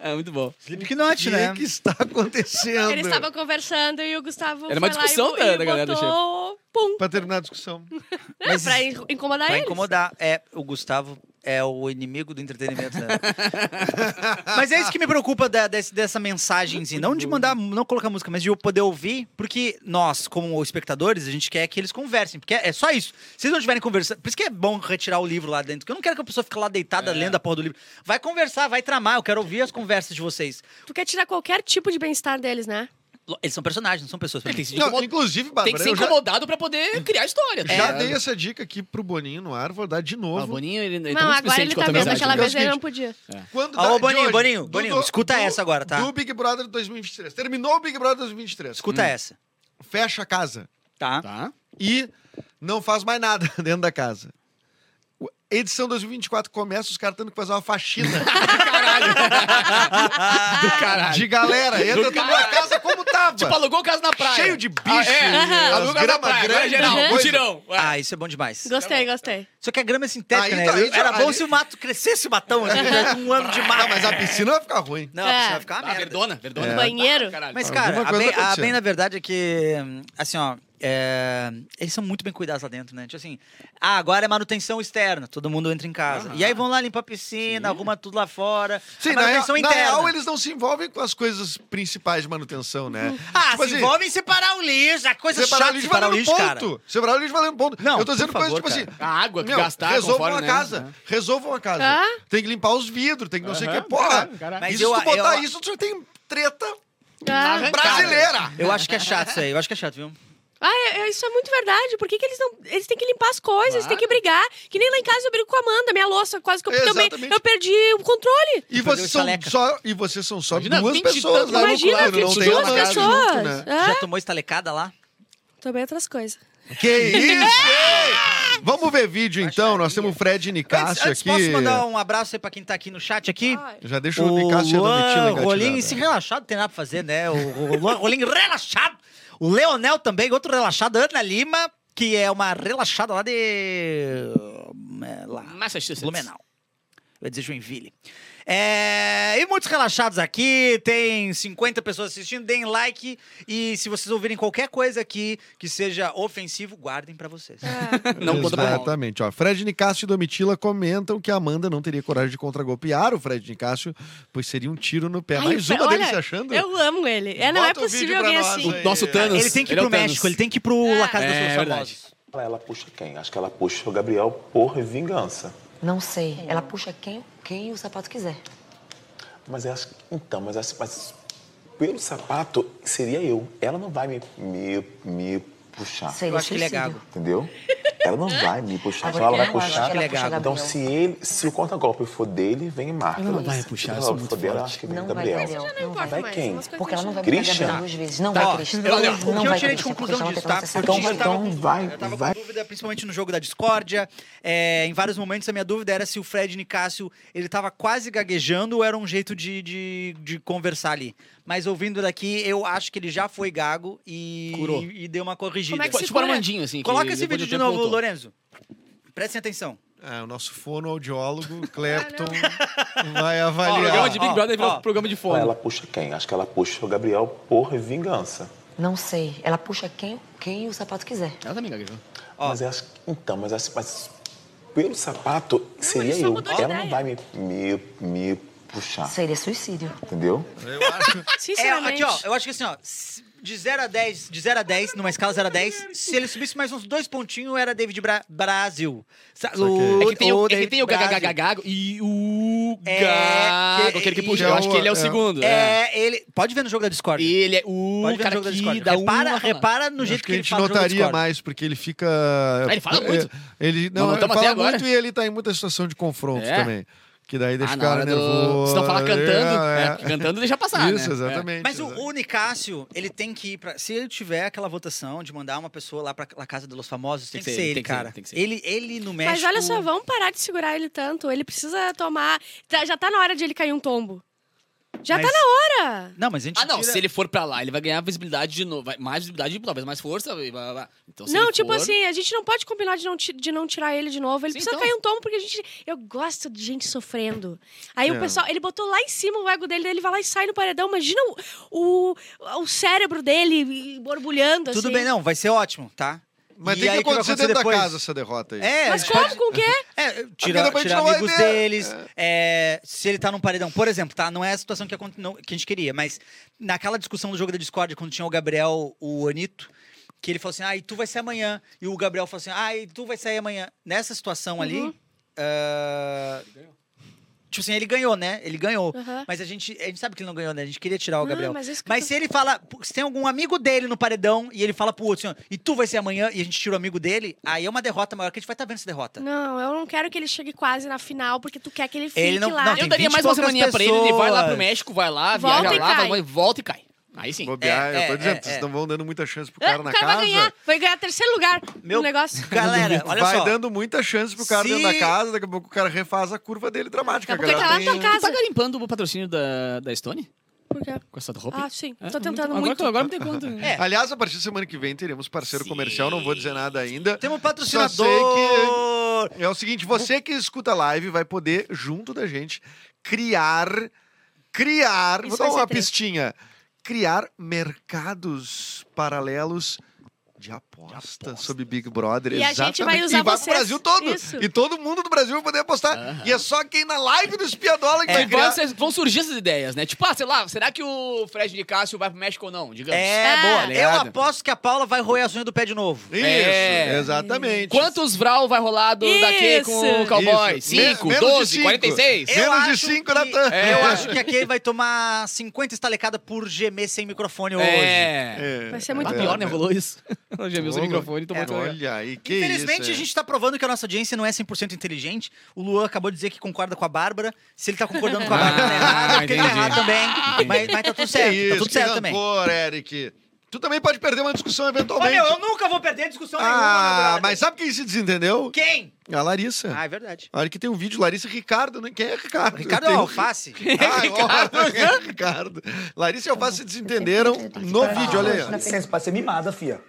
S4: É muito bom.
S5: Slipknot,
S3: O
S5: né?
S3: que, que está acontecendo?
S2: Eles estavam conversando e o Gustavo.
S4: Era uma
S2: foi
S4: discussão
S2: lá e,
S4: da-
S2: e
S4: da galera do
S2: botou... Pum.
S3: Para terminar a discussão.
S2: É, pra in- incomodar
S5: Pra
S2: eles.
S5: incomodar, é, o Gustavo é o inimigo do entretenimento. Né? mas é isso que me preocupa da- desse- dessa mensagem, assim, não de mandar, não colocar música, mas de eu poder ouvir, porque nós, como espectadores, a gente quer que eles conversem, porque é, é só isso. Se eles não estiverem conversando, por isso que é bom retirar o livro lá dentro, porque eu não quero que a pessoa fique lá deitada lendo a porra do livro. Vai conversar, vai tramar, eu quero ouvir as conversas de vocês.
S2: Tu quer tirar qualquer tipo de bem-estar deles, né?
S5: Lo- Eles são personagens, não são pessoas. pra
S4: Tem
S5: mim.
S4: que se
S3: Não,
S4: incomodar.
S3: inclusive,
S4: Tem que
S3: Bárbara,
S4: ser
S3: eu já,
S4: incomodado pra poder criar história. tá
S3: já
S5: É.
S4: ligado?
S3: dei essa dica aqui pro Boninho no ar, vou dar de
S4: Ah, o
S3: novo.
S4: Boninho, ele, ele tá
S2: não,
S4: muito
S2: agora
S4: suficiente
S2: ele
S4: com a
S2: tá
S4: tua
S2: vendo
S4: amizade,
S2: aquela
S4: né?
S2: vez ele não podia.
S3: Quando
S5: Alô,
S3: da-
S5: Boninho,
S3: de hoje,
S5: Boninho,
S3: do-
S5: Boninho,
S3: do-
S5: escuta
S3: do-
S5: essa agora, tá?
S3: Do Big Brother 2023. Terminou o Big Brother 2023.
S5: Escuta essa.
S3: Fecha a casa
S5: Tá.
S4: Tá?
S3: e não faz mais nada dentro da casa. O- Edição 2024 começa, os caras tendo que fazer uma faxina
S4: Do caralho.
S3: de galera. Entra
S4: Do
S3: tudo na
S4: caralho.
S3: casa como tava.
S4: Tipo, alugou casa na praia.
S3: Cheio de bicho, né?
S4: Ah, é.
S3: as
S4: Alugou casa na
S3: grama
S4: praia. Agora é
S3: grande,
S4: geral,
S3: coisa.
S4: um tirão.
S5: Ah, isso é bom demais.
S2: Gostei, gostei.
S5: Só que a grama é sintética,
S3: Aí
S5: né?
S3: tá- aí tá-
S5: Era bom
S3: aí-
S5: se o mato crescesse o matão, né? um ano de mato.
S3: Não, mas a piscina vai ficar ruim.
S5: Não,
S2: É.
S5: isso vai ficar uma
S4: Ah,
S5: merda.
S4: verdona,
S3: É.
S4: verdona.
S3: Tá,
S2: Banheiro.
S4: Caralho.
S5: Mas,
S3: Alguma
S5: cara, a
S3: coisa
S5: bem,
S3: tá
S5: a
S3: acontecendo.
S5: bem na verdade é que, assim, ó, é, eles são muito bem cuidados lá dentro, né? Tipo assim, ah, agora é manutenção externa, todo mundo entra em casa. E aí vão lá limpar a piscina, arruma tudo lá fora.
S3: Ah. Sim,
S5: a
S3: na,
S5: manutenção
S3: real, na
S5: É interna.
S3: real, eles não se envolvem com as coisas principais de manutenção, né?
S5: Ah,
S3: Tipo
S5: se
S3: assim,
S5: envolvem em separar o lixo, a coisa
S3: Separar o
S5: chata de
S3: lixo
S5: separar o
S3: valendo
S5: lixo, cara.
S3: ponto. Separar o lixo valendo ponto.
S5: Não,
S3: eu tô dizendo
S5: por
S3: coisas
S5: favor,
S3: tipo assim.
S5: cara.
S4: A água que
S3: Meu,
S4: gastar
S3: resolvam
S4: conforme,
S3: a
S4: né?
S3: casa. Resolvam a casa.
S2: Ah.
S3: Tem que limpar os vidros, tem que não sei o que.
S4: Aham,
S3: Porra,
S4: caralho, caralho.
S5: Mas
S3: isso
S5: eu-
S3: tu botar
S5: eu-
S3: isso, tu já tem treta
S2: Ah,
S3: Tá.
S4: Arrancada.
S3: brasileira.
S5: Eu acho que é chato isso aí, eu acho que é chato, viu?
S2: Ah, é- é- isso é muito verdade. Por que, que eles não. Eles têm que limpar as coisas, eles têm
S4: Claro.
S2: que brigar. Que nem lá em casa eu brigo com a Amanda, minha louça, quase que eu também.
S3: Exatamente.
S2: Eu perdi o controle.
S3: E
S5: Fazer
S3: vocês,
S5: o
S3: são
S5: estaleca.
S3: só, e vocês são só
S4: Imagina,
S3: duas
S4: 20 e
S3: pessoas
S4: tantos,
S3: lá no
S2: Imagina,
S3: claro, não tem
S2: 22
S3: amante
S2: pessoas.
S3: junto, né?
S2: Ah,
S5: Já tomou estalecada lá?
S2: Também outras coisas.
S3: Que
S2: É!
S3: isso, hein? Vamos ver vídeo então. Nós temos o Fred
S5: Antes,
S3: Nicásio
S5: antes
S3: aqui.
S5: posso mandar um abraço aí pra quem tá aqui no chat aqui?
S2: Ai.
S3: Já deixa o
S5: O
S3: Nicásio e a Domitila
S5: Luan
S3: engatilhada.
S5: Rolim, esse relaxado não tem nada pra fazer, né? O, o Luan Rolim relaxado. O Leonel também, outro relaxado, Ana Lima, que é uma relaxada lá de. é, Lá.
S4: Massachusetts.
S5: Blumenau. Eu ia dizer Joinville. É, e muitos relaxados aqui, tem 50 pessoas assistindo, deem like e se vocês ouvirem qualquer coisa aqui que seja ofensivo, guardem pra vocês.
S4: É. Não conta pra nós.
S3: Exatamente. Ó, Fred Nicásio e Domitila comentam que a Amanda não teria coragem de contragolpear o Fred Nicásio, pois seria um tiro no pé.
S2: Ai,
S3: Mais
S2: o Fre-
S3: uma dele
S2: olha,
S3: se achando?
S2: Eu amo ele. É, não é
S3: Bota o vídeo
S2: possível
S3: pra
S2: alguém
S3: nós
S2: assim.
S3: aí.
S4: O nosso Thanos.
S5: Ele tem que ir
S4: é
S5: pro
S4: o Thanos.
S5: México, ele tem que ir pro La Casa dos
S4: É,
S5: Seus
S4: é verdade.
S5: Famosos.
S7: Ela puxa quem? Acho que ela puxa o Gabriel por vingança.
S8: Não sei. Ela puxa quem, quem o sapato quiser.
S7: Mas eu acho. Então, mas, acho- mas pelo sapato seria eu. Ela não vai me, me, me puxar.
S8: Seria
S5: Eu acho que ele é
S8: suicídio.
S5: gago.
S7: Entendeu? Ela não vai me puxar,
S8: Agora,
S7: só ela vai
S8: eu acho
S7: puxar.
S8: que ela puxa
S7: Então,
S8: Gabriel.
S7: se ele, se o contra-golpe for dele, vem Marta.
S4: Ela não vai puxar, eu
S7: se
S4: sou
S7: o contra-golpe
S4: muito
S7: for dela,
S4: forte.
S7: acho que vem
S8: Não vai,
S7: Gabriel.
S8: Gabriel.
S2: Não importa
S7: vai
S2: mais,
S7: quem?
S2: umas coisas
S8: Porque ela não vai
S7: Christian?
S8: brigar Gabriel duas vezes. Não
S4: Tá, ó,
S8: vai, Christian.
S4: eu- eu-
S5: O
S8: não
S5: que
S8: vai,
S5: eu tirei de
S8: Christian, porque
S5: conclusão
S8: já
S5: disso,
S8: vai
S5: tá?
S8: ter
S5: Porque eu
S8: conversado.
S5: estava
S7: Então
S5: com-
S7: vai,
S5: Eu tava
S7: vai.
S5: com dúvida, principalmente no jogo da discórdia. É, em vários momentos, a minha dúvida era se o Fred Nicásio, ele tava quase gaguejando ou era um jeito de, de, de conversar ali. Mas ouvindo daqui, eu acho que ele já foi gago e,
S4: Curou.
S5: e, deu uma corrigida.
S2: Como é que
S4: Tipo,
S2: se
S4: tipo
S2: segura.
S4: Armandinho, assim. que
S5: Coloca esse
S4: depois
S5: vídeo
S4: um
S5: de
S4: tempo
S5: novo,
S4: voltou.
S5: Lorenzo. Prestem atenção.
S3: É, o nosso fonoaudiólogo, Clapton, vai avaliar.
S4: programa de Big
S5: ó,
S4: Brother virou
S5: ó.
S4: programa de
S7: Então,
S4: fome.
S7: ela puxa quem? Acho que ela puxa o Gabriel por vingança.
S8: Não sei. Ela puxa quem, quem o sapato quiser.
S3: tá
S4: Ela também gaguejou.
S5: Ó.
S7: Mas eu acho que- então, mas, eu acho- mas pelo sapato seria
S2: ele só
S7: eu.
S2: mudou de
S7: Ela não
S2: ideia.
S7: vai me, me, me puxar,
S8: Seria suicídio.
S7: entendeu?
S3: Eu acho.
S5: É,
S2: Sinceramente.
S5: aqui, ó, eu acho que assim, ó, se- de 0 a 10, de 0 a 10, numa escala 0 a 10, se ele subisse mais uns dois pontinhos, era David Bra Brasil. Sa- o-
S4: É que tem o, é que
S5: David
S4: tem o
S5: Brasil.
S4: gagagagago e o
S5: É,
S4: gago,
S5: que-
S4: aquele que
S5: e-
S4: puxa. Eu acho que ele é o
S3: é.
S4: segundo. É.
S5: É, ele. Pode ver no jogo da Discord.
S4: E ele é o
S5: Pode ver no
S4: cara
S5: jogo da
S4: que
S5: Discord.
S4: dá um
S5: repara,
S4: uma...
S5: repara no
S3: Acho
S5: jeito
S3: que
S5: que,
S3: a
S5: ele
S3: gente
S5: fala no jogo da
S3: notaria
S5: Discord.
S3: mais, porque ele fica.
S4: Ah, ele fala
S3: é,
S4: muito.
S3: Ele,
S4: Nós
S3: não, ele
S4: notamos até
S3: fala
S4: agora.
S3: muito e ele tá em muita situação de confronto
S4: É.
S3: também. Que daí deixa
S4: Ah,
S3: o
S4: na
S3: cara
S4: hora do-
S3: nervoso. é,
S4: Se não falar cantando, né? Porque cantando deixa passar,
S3: Isso,
S4: né?
S3: exatamente.
S5: Mas o,
S3: exatamente.
S5: o Nicásio, ele tem que ir pra. Se ele tiver aquela votação de mandar uma pessoa lá pra La Casa dos Famosos, tem, que, ser ele,
S4: tem que ser
S5: cara.
S4: ele, tem que ser
S5: Ele, ele no México.
S2: Mas olha só, vamos parar de segurar ele tanto. Ele precisa tomar. tá- Já tá na hora de ele cair um tombo. Já
S5: Mas-
S2: tá na hora!
S5: Não, mas a gente.
S4: Ah, não,
S5: tira-
S4: se ele for pra lá, ele vai ganhar visibilidade de novo. vai- Mais visibilidade, talvez mais força. e blá, blá, blá. Então, se
S2: não,
S4: ele
S2: tipo
S4: for-
S2: assim, a gente não pode combinar de não, ti- de não tirar ele de novo. Ele
S4: Sim,
S2: precisa
S4: então.
S2: cair um tombo, porque a gente. Eu gosto de gente sofrendo. Aí
S3: É.
S2: o pessoal, ele botou lá em cima o ego dele, daí ele vai lá e sai no paredão. Imagina o, o, o cérebro dele borbulhando
S5: Tudo
S2: assim.
S5: bem, não, vai ser ótimo, tá?
S3: Mas
S5: E
S3: tem
S5: aí,
S3: que
S5: o vai
S3: acontecer dentro
S5: depois?
S3: da casa essa derrota aí.
S5: É,
S2: Mas
S5: a gente
S2: como?
S5: pode-
S2: Com o quê?
S5: É,
S3: Porque
S5: tira,
S3: depois a gente né?
S5: tira
S3: não vai
S5: amigos
S3: ver.
S5: deles. é, se ele tá num paredão, por exemplo, tá? Não é a situação que, aconte- não- que a gente queria, mas naquela discussão do jogo da Discord, quando tinha o Gabriel, o Anito, que ele falou assim: ah, e tu vai sair amanhã. E o Gabriel falou assim: ah, e tu vai sair amanhã. Nessa situação
S2: Uhum.
S5: ali. ah, Tipo assim, ele ganhou, né? Ele ganhou.
S2: Uhum.
S5: Mas a gente, a gente sabe que ele não ganhou, né? A gente queria tirar o
S2: Não,
S5: Gabriel.
S2: mas é isso que eu
S5: Mas
S2: tô-
S5: se ele fala, pô, se tem algum amigo dele no paredão e ele fala pro outro assim, ó, e tu vai ser amanhã e a gente tira o amigo dele,
S2: Uhum.
S5: aí é uma derrota maior que a gente vai estar vendo essa derrota.
S2: Não, eu não quero que ele chegue quase na final, porque tu quer que ele fique
S5: Ele não-
S2: lá.
S5: não,
S4: Eu
S5: tem
S4: daria
S5: 20
S4: mais uma
S5: e poucas
S4: semaninha pra ele, ele vai lá pro
S5: pessoas.
S4: México, vai lá,
S2: Volta
S4: viaja
S2: e
S4: lá,
S2: cai.
S4: vai- volta e cai. Aí sim.
S3: Bobear,
S5: É,
S3: eu tô
S5: é,
S3: dizendo,
S5: é,
S3: vocês
S5: é.
S3: não vão dando muita chance pro
S2: É,
S3: cara
S2: o
S3: na
S2: cara
S3: casa.
S2: vai ganhar, vai ganhar terceiro lugar
S5: Meu-
S2: no negócio.
S5: Galera, olha
S3: vai
S5: só.
S3: dando muita chance pro cara
S5: Se-
S3: dentro da casa, daqui a pouco o cara refaz a curva dele dramática.
S2: Daqui a pouco
S3: galera.
S2: ele tá lá na tua
S4: Tu tá
S2: casa.
S4: garimpando o patrocínio da, da Stone?
S2: Por quê?
S4: Com essa roupa?
S2: Ah, sim.
S4: É,
S2: Tô tentando
S4: agora-
S2: muito.
S4: Agora me tem conta.
S5: É.
S3: Aliás, a partir da semana que vem teremos parceiro comercial, não vou dizer nada ainda.
S5: Temos um
S3: Só
S5: patrocinador.
S3: sei É o seguinte, você que escuta a live vai poder, junto da gente, criar, criar,
S2: Isso
S3: vou
S2: vai
S3: dar
S2: ser
S3: uma
S2: treta.
S3: pistinha, criar mercados paralelos de apostas sobre Big Brother.
S2: E a gente vai
S3: exatamente.
S2: usar
S3: e vai
S2: vocês,
S3: pro Brasil todo.
S2: isso.
S3: E todo mundo do Brasil vai poder apostar. E é só quem na live do Espiadola
S2: É.
S3: que vai
S4: Vão,
S3: criar.
S4: é, vocês- vão surgir essas ideias, né? Tipo, ah, sei lá, será que o Fred de Cássio vai pro México ou não? Digamos.
S5: É,
S2: Ah.
S5: boa. Eu
S4: Ligado?
S5: aposto que a Paula vai roer as unhas do pé de novo.
S3: Isso,
S4: É.
S3: exatamente.
S4: Quantos Vral vai rolar do, daqui com o
S2: Isso.
S4: Cowboy?
S3: Isso. Me-
S4: 5,
S3: menos de
S4: 12,
S3: cinco.
S4: 46?
S3: Menos
S5: Eu
S3: de
S5: acho
S3: cinco né?
S5: que-
S3: na tam-
S5: Eu
S4: É.
S5: acho que aqui ele vai tomar 50 estalecadas por gemer sem microfone hoje.
S4: É.
S3: É.
S2: Vai ser
S4: Lá
S2: muito bom.
S4: pior, né? Rolou isso. Ela já viu
S3: Ô,
S4: seu microfone então e tomou
S3: é,
S4: seu lugar.
S3: Olha aí, que
S5: Infelizmente,
S3: isso,
S5: a
S3: é.
S5: gente tá provando que a nossa audiência não é 100% inteligente. O Luan acabou de dizer que concorda com a Bárbara. Se ele tá concordando com a
S4: Ah,
S5: Bárbara, tá errado, porque ele tá
S4: entendi.
S5: errado também. Mas, mas tá tudo
S3: Que
S5: certo,
S3: isso,
S5: tá tudo
S3: que
S5: certo também.
S3: rancor, Eric. Tu também pode perder uma discussão eventualmente.
S5: Olha, eu nunca vou perder discussão nenhuma, meu
S3: ah,
S5: brother.
S3: mas sabe quem se desentendeu?
S5: Quem?
S3: A Larissa.
S5: Ah, é verdade.
S3: Olha que tem um vídeo, Larissa e Ricardo, né? Quem é Ricardo?
S5: Ricardo é
S3: Tem
S5: um
S3: um-
S5: alface.
S3: Ah, Ricardo. Ricardo. Larissa e Alface se desentenderam no vídeo, olha aí. ó.
S6: Dá licença, pode ser mimada, fia.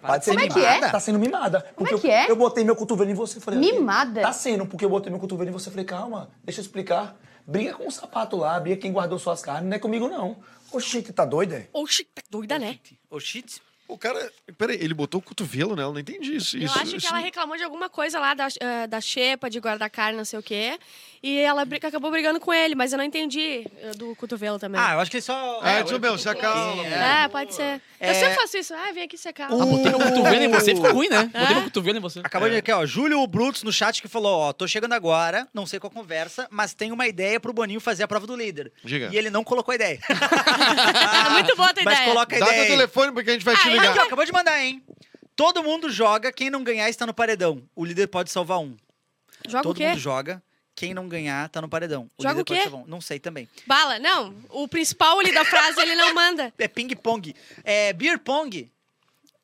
S6: Pode ser
S9: Como é que
S6: mimada.
S9: é?
S6: Tá sendo mimada. Porque
S9: é que
S6: eu,
S9: é?
S6: eu botei meu cotovelo em você. Falei,
S9: Mimada?
S6: Tá sendo, porque eu botei meu cotovelo em você. Falei, calma, deixa eu explicar. Briga com o sapato lá, briga quem guardou suas carnes, não é comigo, não. Oxi, tu tá doida, é?
S2: Oxi, tá doida, né?
S5: O shit.
S3: O cara. Peraí, ele botou o cotovelo nela, eu não entendi isso.
S2: Eu
S3: isso,
S2: acho que
S3: isso-
S2: ela reclamou de alguma coisa lá da, eh, da xepa, de guardar carne, não sei o quê. E ela briga- acabou brigando com ele, mas eu não entendi eh, do cotovelo
S3: É.
S2: também.
S5: Ah, eu acho que ele só.
S3: Ah, isso mesmo, se acalma.
S2: é, pode ser. Eu sempre faço isso. Ah, vem aqui secar.
S5: Um
S4: Botei meu um cotovelo em você, ficou ruim, né? Botei meu cotovelo em você.
S5: Acabou
S3: É.
S5: de aqui, ó. Júlio Brutus no chat que falou: Ó, tô chegando agora, não sei qual conversa, mas tem uma ideia pro Boninho fazer a prova do líder.
S3: Diga.
S5: E ele não colocou a ideia.
S2: É muito boa a tua
S5: Ah, mas
S2: ideia.
S5: coloca a
S3: Dá teu
S5: ideia. aí. é
S3: telefone porque a gente vai te
S2: Ah, eu
S5: Aqui, ó,
S3: ligar.
S5: acabou de mandar, hein? Todo mundo joga, quem não ganhar está no paredão. O líder pode salvar um.
S2: Joga o
S5: Todo
S2: quê?
S5: mundo joga. Quem não ganhar tá no paredão. O
S2: Joga
S5: líder
S2: o quê?
S5: pode salvar um. Não sei também.
S2: Bala. Não, o principal ali da frase ele não manda.
S5: É ping-pong. É beer pong.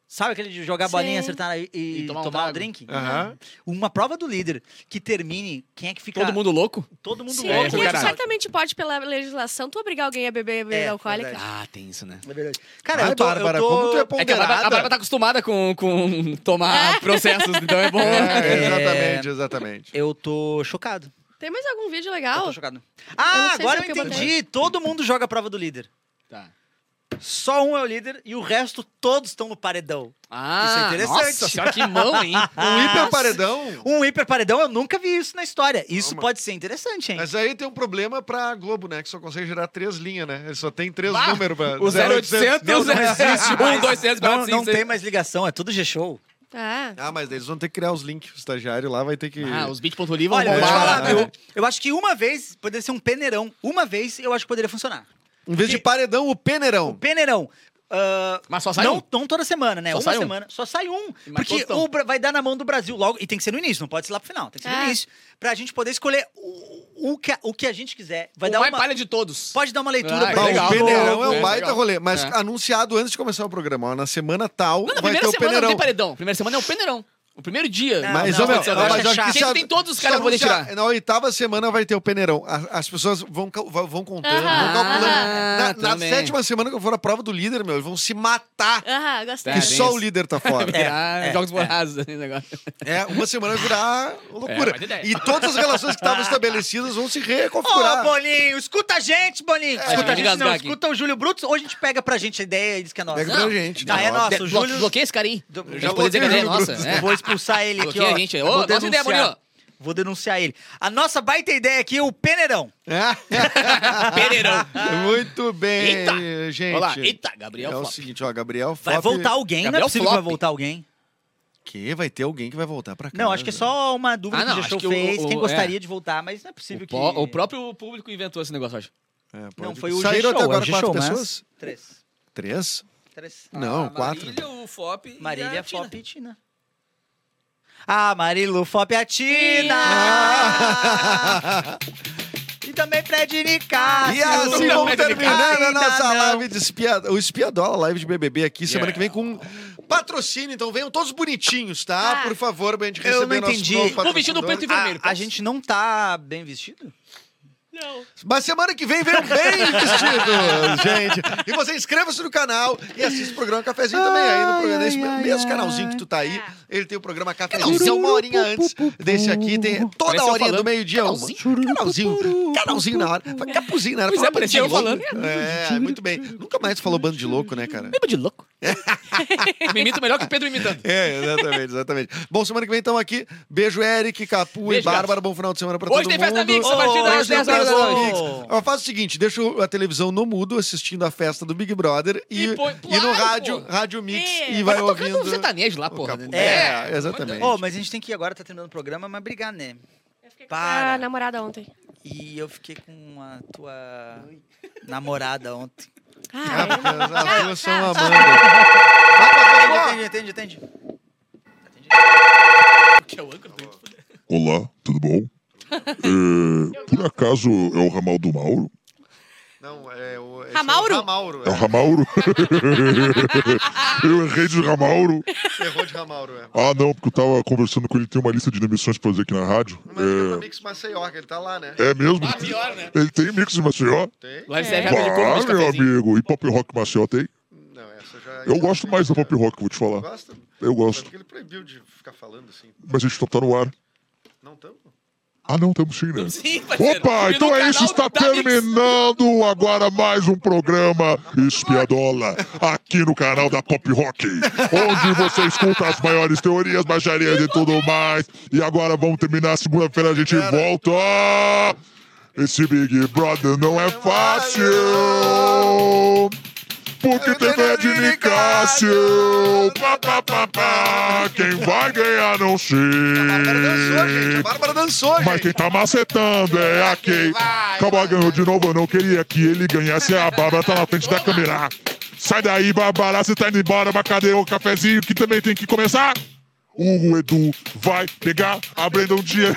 S5: Sabe aquele de jogar a bolinha,
S2: Sim.
S5: acertar e, e
S4: E tomar
S5: tomar,
S4: um
S5: um
S4: trago.
S5: drink? Uhum.
S3: Aham.
S5: Uma prova do líder que termine. Quem é que fica.
S4: Todo mundo louco?
S5: Todo mundo
S2: Sim,
S4: É,
S5: louco.
S2: porque
S4: caralho.
S2: tu também pode, pela legislação, tu obrigar alguém a beber bebida
S5: É,
S2: alcoólica.
S5: verdade.
S4: Ah, tem isso, né?
S5: É verdade. Cara,
S3: Ai,
S5: eu tô,
S3: Bárbara,
S5: eu tô...
S3: como tu é
S4: É que a Bárbara, a
S3: ponderada.
S4: Bárbara tá acostumada com, com tomar processos, então é bom.
S3: É,
S4: né?
S3: exatamente, exatamente.
S5: Eu tô chocado.
S2: Tem mais algum vídeo
S5: Eu
S2: legal?
S5: tô chocado.
S2: Oh, não
S5: Ah,
S2: sei
S5: agora
S2: se é
S5: eu
S2: o que eu
S5: entendi. Todo mundo joga a prova do líder.
S4: Tá.
S5: Só um é o líder e o resto todos estão no paredão.
S4: Ah,
S5: Isso é interessante.
S4: Nossa senhora, que mão, hein?
S3: Um hiper paredão.
S5: Um hiper paredão, eu nunca vi isso na história. Isso pode ser interessante, hein?
S3: Mas aí tem um problema pra Globo, né? Que só consegue gerar três linhas, né? Ele só tem três
S4: Bah,
S3: números. Pra...
S4: O 0800
S5: Deus
S4: não existe. Um, dois, três,
S5: Não,
S4: quatro,
S5: não
S4: cinco,
S5: tem
S4: seis.
S5: mais ligação, é tudo G-Show.
S2: Ah,
S3: Ah, mas daí eles vão ter que criar os links. O estagiário lá vai ter que.
S4: Ah, os bit.ly vão
S5: Olha, eu vou te
S3: bombar.
S5: falar,
S4: bombar.
S3: É.
S5: viu? Eu acho que uma vez, poderia ser um peneirão. Uma vez, eu acho que poderia funcionar.
S3: Em vez de paredão, o peneirão.
S5: Peneirão. ah,
S4: Mas só sai
S5: não,
S4: um?
S5: não toda semana, né?
S4: Só
S5: uma
S4: sai um?
S5: semana. Só sai um.
S4: Mas
S5: porque
S4: todos tão.
S5: o Bra- vai dar na mão do Brasil logo. E tem que ser no início, não pode ser lá pro final. Tem que ser no
S2: É.
S5: início. Pra gente poder escolher o, o que, a, o que a gente quiser. Vai
S4: O
S5: dar
S4: mais
S5: uma,
S4: palha de todos.
S5: Pode dar uma leitura
S4: Ah,
S5: pra
S3: Bah,
S4: legal.
S3: o peneirão é um
S4: É,
S3: baita
S4: legal.
S3: rolê, mas
S4: É.
S3: anunciado antes de começar o programa. Ó, na semana tal
S4: Não, na
S3: vai ter
S4: primeira
S3: o
S4: semana não
S3: peneirão.
S4: tem paredão. Primeira semana é o peneirão. O primeiro dia.
S5: Não,
S3: Mas,
S5: não,
S3: ô, meu,
S5: pode ser, não,
S3: mas
S5: é
S3: eu acho que
S5: chato.
S3: se a-
S4: Tem todos os
S3: se
S4: caras pra poder
S3: anunciar-
S4: tirar.
S3: Na oitava semana vai ter o peneirão. A- As pessoas vão, cal- vão vão contando, vão
S2: Aham.
S3: calculando. Na- Na,
S4: Ah, Também.
S3: sétima semana que for a prova do líder, meu, eles vão se matar.
S2: aham, gostei.
S4: É,
S3: que
S4: tem
S3: só
S4: isso.
S3: o líder tá fora. É,
S4: Virar jogos vorazes, esse negócio.
S3: uma semana vai virar loucura.
S4: mas É, ideia.
S3: e todas as relações que estavam estabelecidas vão se
S5: Ô,
S3: reconfigurar.
S5: Bolinho, escuta a gente, Bolinho. escuta a
S4: vamos
S5: gente,
S4: engasgar
S5: não.
S4: É, aqui.
S5: Escuta o Júlio Brutus. Ou a gente pega pra gente a ideia e diz que é nossa.
S3: Pega pra gente,
S5: Tá,
S3: né?
S5: é nossa.
S4: De-
S5: O
S4: blo-
S5: Júlio...
S4: Bloqueia esse cara aí.
S5: Do-
S4: Pra
S5: já
S4: gente poder dizer que a
S5: bloqueei
S4: ideia é
S5: o Júlio
S4: nossa.
S5: Brutus.
S4: é.
S5: Vou expulsar ele aqui,
S4: Bloqueia
S5: ó.
S4: a gente. Ô,
S5: Vou
S4: nossa ideia,
S5: denunciar.
S4: Bolinho.
S5: Vou denunciar ele. A nossa baita ideia aqui é o peneirão.
S3: É.
S4: Peneirão.
S3: Muito bem,
S4: Ah. Eita.
S3: gente.
S4: Olha lá. Eita,
S3: É
S4: Gabriel
S3: o
S4: Flop.
S3: seguinte, ó, Gabriel
S5: Vai
S3: Fop-
S5: voltar alguém? não é
S4: Gabriel
S5: possível que
S4: Flop.
S5: vai voltar alguém.
S3: Que? Vai ter alguém que vai voltar pra cá.
S5: Não, acho que é só uma dúvida
S4: Ah, não,
S5: que o
S4: acho
S5: G-Show
S4: que o-
S5: fez.
S4: o-
S5: Quem
S4: é.
S5: gostaria de voltar, mas não é possível
S4: O,
S5: que...
S4: po- o próprio público inventou esse negócio, eu acho.
S3: É, pode-
S5: Não, foi o
S3: Saíram até
S5: G-Show,
S3: agora
S5: é o
S3: quatro
S5: G-Show, mas-
S3: pessoas?
S5: Três.
S3: Três?
S5: Três.
S3: Não, quatro.
S4: Marília, o Flop
S5: Marília, é Fop e Tina. Ah, Marilu, Fop e a Tina! e também Fred
S4: Ah,
S5: Nicasso.
S3: E assim vamos
S4: Ainda
S3: terminando a né, nossa
S5: não.
S3: live de espiadola, o espiadola live de BBB aqui semana
S4: Yeah.
S3: que vem com patrocínio, então venham todos bonitinhos, tá?
S2: Ah.
S3: Por favor, pra gente
S5: Eu não
S3: receber
S5: entendi.
S3: nosso novo
S4: Vou vestido preto e
S3: patrocinador.
S4: vermelho.
S5: A, a gente não tá bem vestido?
S3: Mas semana que vem venham bem vestidos, gente. E você inscreva-se no canal e assista o programa Cafezinho também aí no programa, nesse mesmo canalzinho que tu tá
S4: É.
S3: aí. Ele tem o programa Cafezinho, uma horinha antes desse aqui, tem toda
S4: Pareceu
S3: horinha do
S4: falando.
S3: meio-dia. uma.
S4: Canalzinho.
S3: Canalzinho, canalzinho na hora. Capuzinho na hora.
S4: Pois
S3: fala
S4: é,
S3: bando de
S4: parecia eu
S3: louco.
S4: falando.
S3: É, muito bem. Nunca mais tu falou bando de louco, né, cara?
S4: Lembra de louco? Me imita melhor que o Pedro me imitando.
S3: É, exatamente, exatamente. Bom, semana que vem estamos aqui. Beijo, Eric, Capu e
S4: Beijo,
S3: Bárbara. Bom final de semana pra
S4: Hoje
S3: todo
S4: tem
S3: mundo.
S4: festa mix a
S5: partir das
S3: Hoje tem
S5: 10
S3: festa
S5: da noite.
S3: mix. Ó, Faz o seguinte, deixa a televisão no mudo assistindo a festa do Big Brother e,
S4: E põe-
S3: e no
S4: claro,
S3: rádio,
S4: pô.
S3: rádio mix
S2: É,
S3: e
S2: mas
S3: vai
S4: tá tocando
S3: ouvindo...
S4: um sertanejo lá,
S3: o
S4: porra.
S3: Capu.
S5: É.
S3: É, exatamente.
S5: Ô, mas a gente tem que ir agora, tá terminando o programa, mas brigar, né?
S2: Eu fiquei com
S5: Para.
S2: a namorada ontem.
S5: E eu fiquei com a tua namorada ontem.
S2: Ah, é?
S3: As as duas são
S2: Tchau, tchau.
S3: amando. Vai, Capu, ó.
S5: Entendi, entendi, entendi. entendi.
S1: Eh, Olá, tudo bom? É, por acaso é o ramal do Mauro?
S3: Não, é o. esse
S2: Ramauro?
S3: É o Ramauro,
S1: É o
S3: é.
S1: Ramauro? eu errei de Ramauro.
S3: Errou de Ramauro, é.
S1: Ah, não, porque eu tava conversando com ele, tem uma lista de demissões pra fazer aqui na rádio. Eh,
S3: Mas ele é pra Mix Maceió, que ele tá lá, né?
S1: É, é mesmo?
S4: Ah, pior, né?
S1: Ele tem mix de Maceió?
S3: Tem?
S4: Lá
S2: É.
S4: serve água de coco
S1: Ah,
S4: nesse
S1: meu
S4: cafezinho.
S1: amigo. E pop rock Maceió tem?
S3: Não, essa já.
S1: Eu gosto mais da pop rock, vou te falar.
S3: Gosta?
S1: Eu
S3: Só
S1: gosto.
S3: que ele proibiu de ficar falando assim.
S1: Mas a gente não tá no ar.
S3: Não tamo?
S1: Ah, não, estamos sim, né?
S4: Sim, parceiro.
S1: Opa,
S4: Tá E no
S1: então é
S4: canal
S1: isso, está
S4: da Mix.
S1: terminando agora mais um programa Espiadola, aqui no canal da Pop Rock, onde você escuta as maiores teorias, baixarias e tudo mais. E agora vamos terminar, segunda-feira a gente volta. Esse Big Brother não é fácil. Porque TV é de Nicásio. Pá, pá, pá, pá. Quem vai ganhar não sei.
S3: Bárbara dançou, gente. A Bárbara dançou, gente.
S1: Mas quem tá macetando é a Kay. Cowboy ganhou de novo, eu não queria que ele ganhasse. A Bárbara tá na frente da câmera. Sai daí, Bárbara, você tá indo embora, mas cadê o cafezinho que também tem que começar? O Edu vai pegar a Brenda um dia.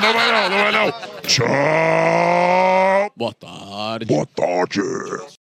S1: não vai não, não vai não. Tchau.
S4: Boa tarde.
S1: Boa tarde.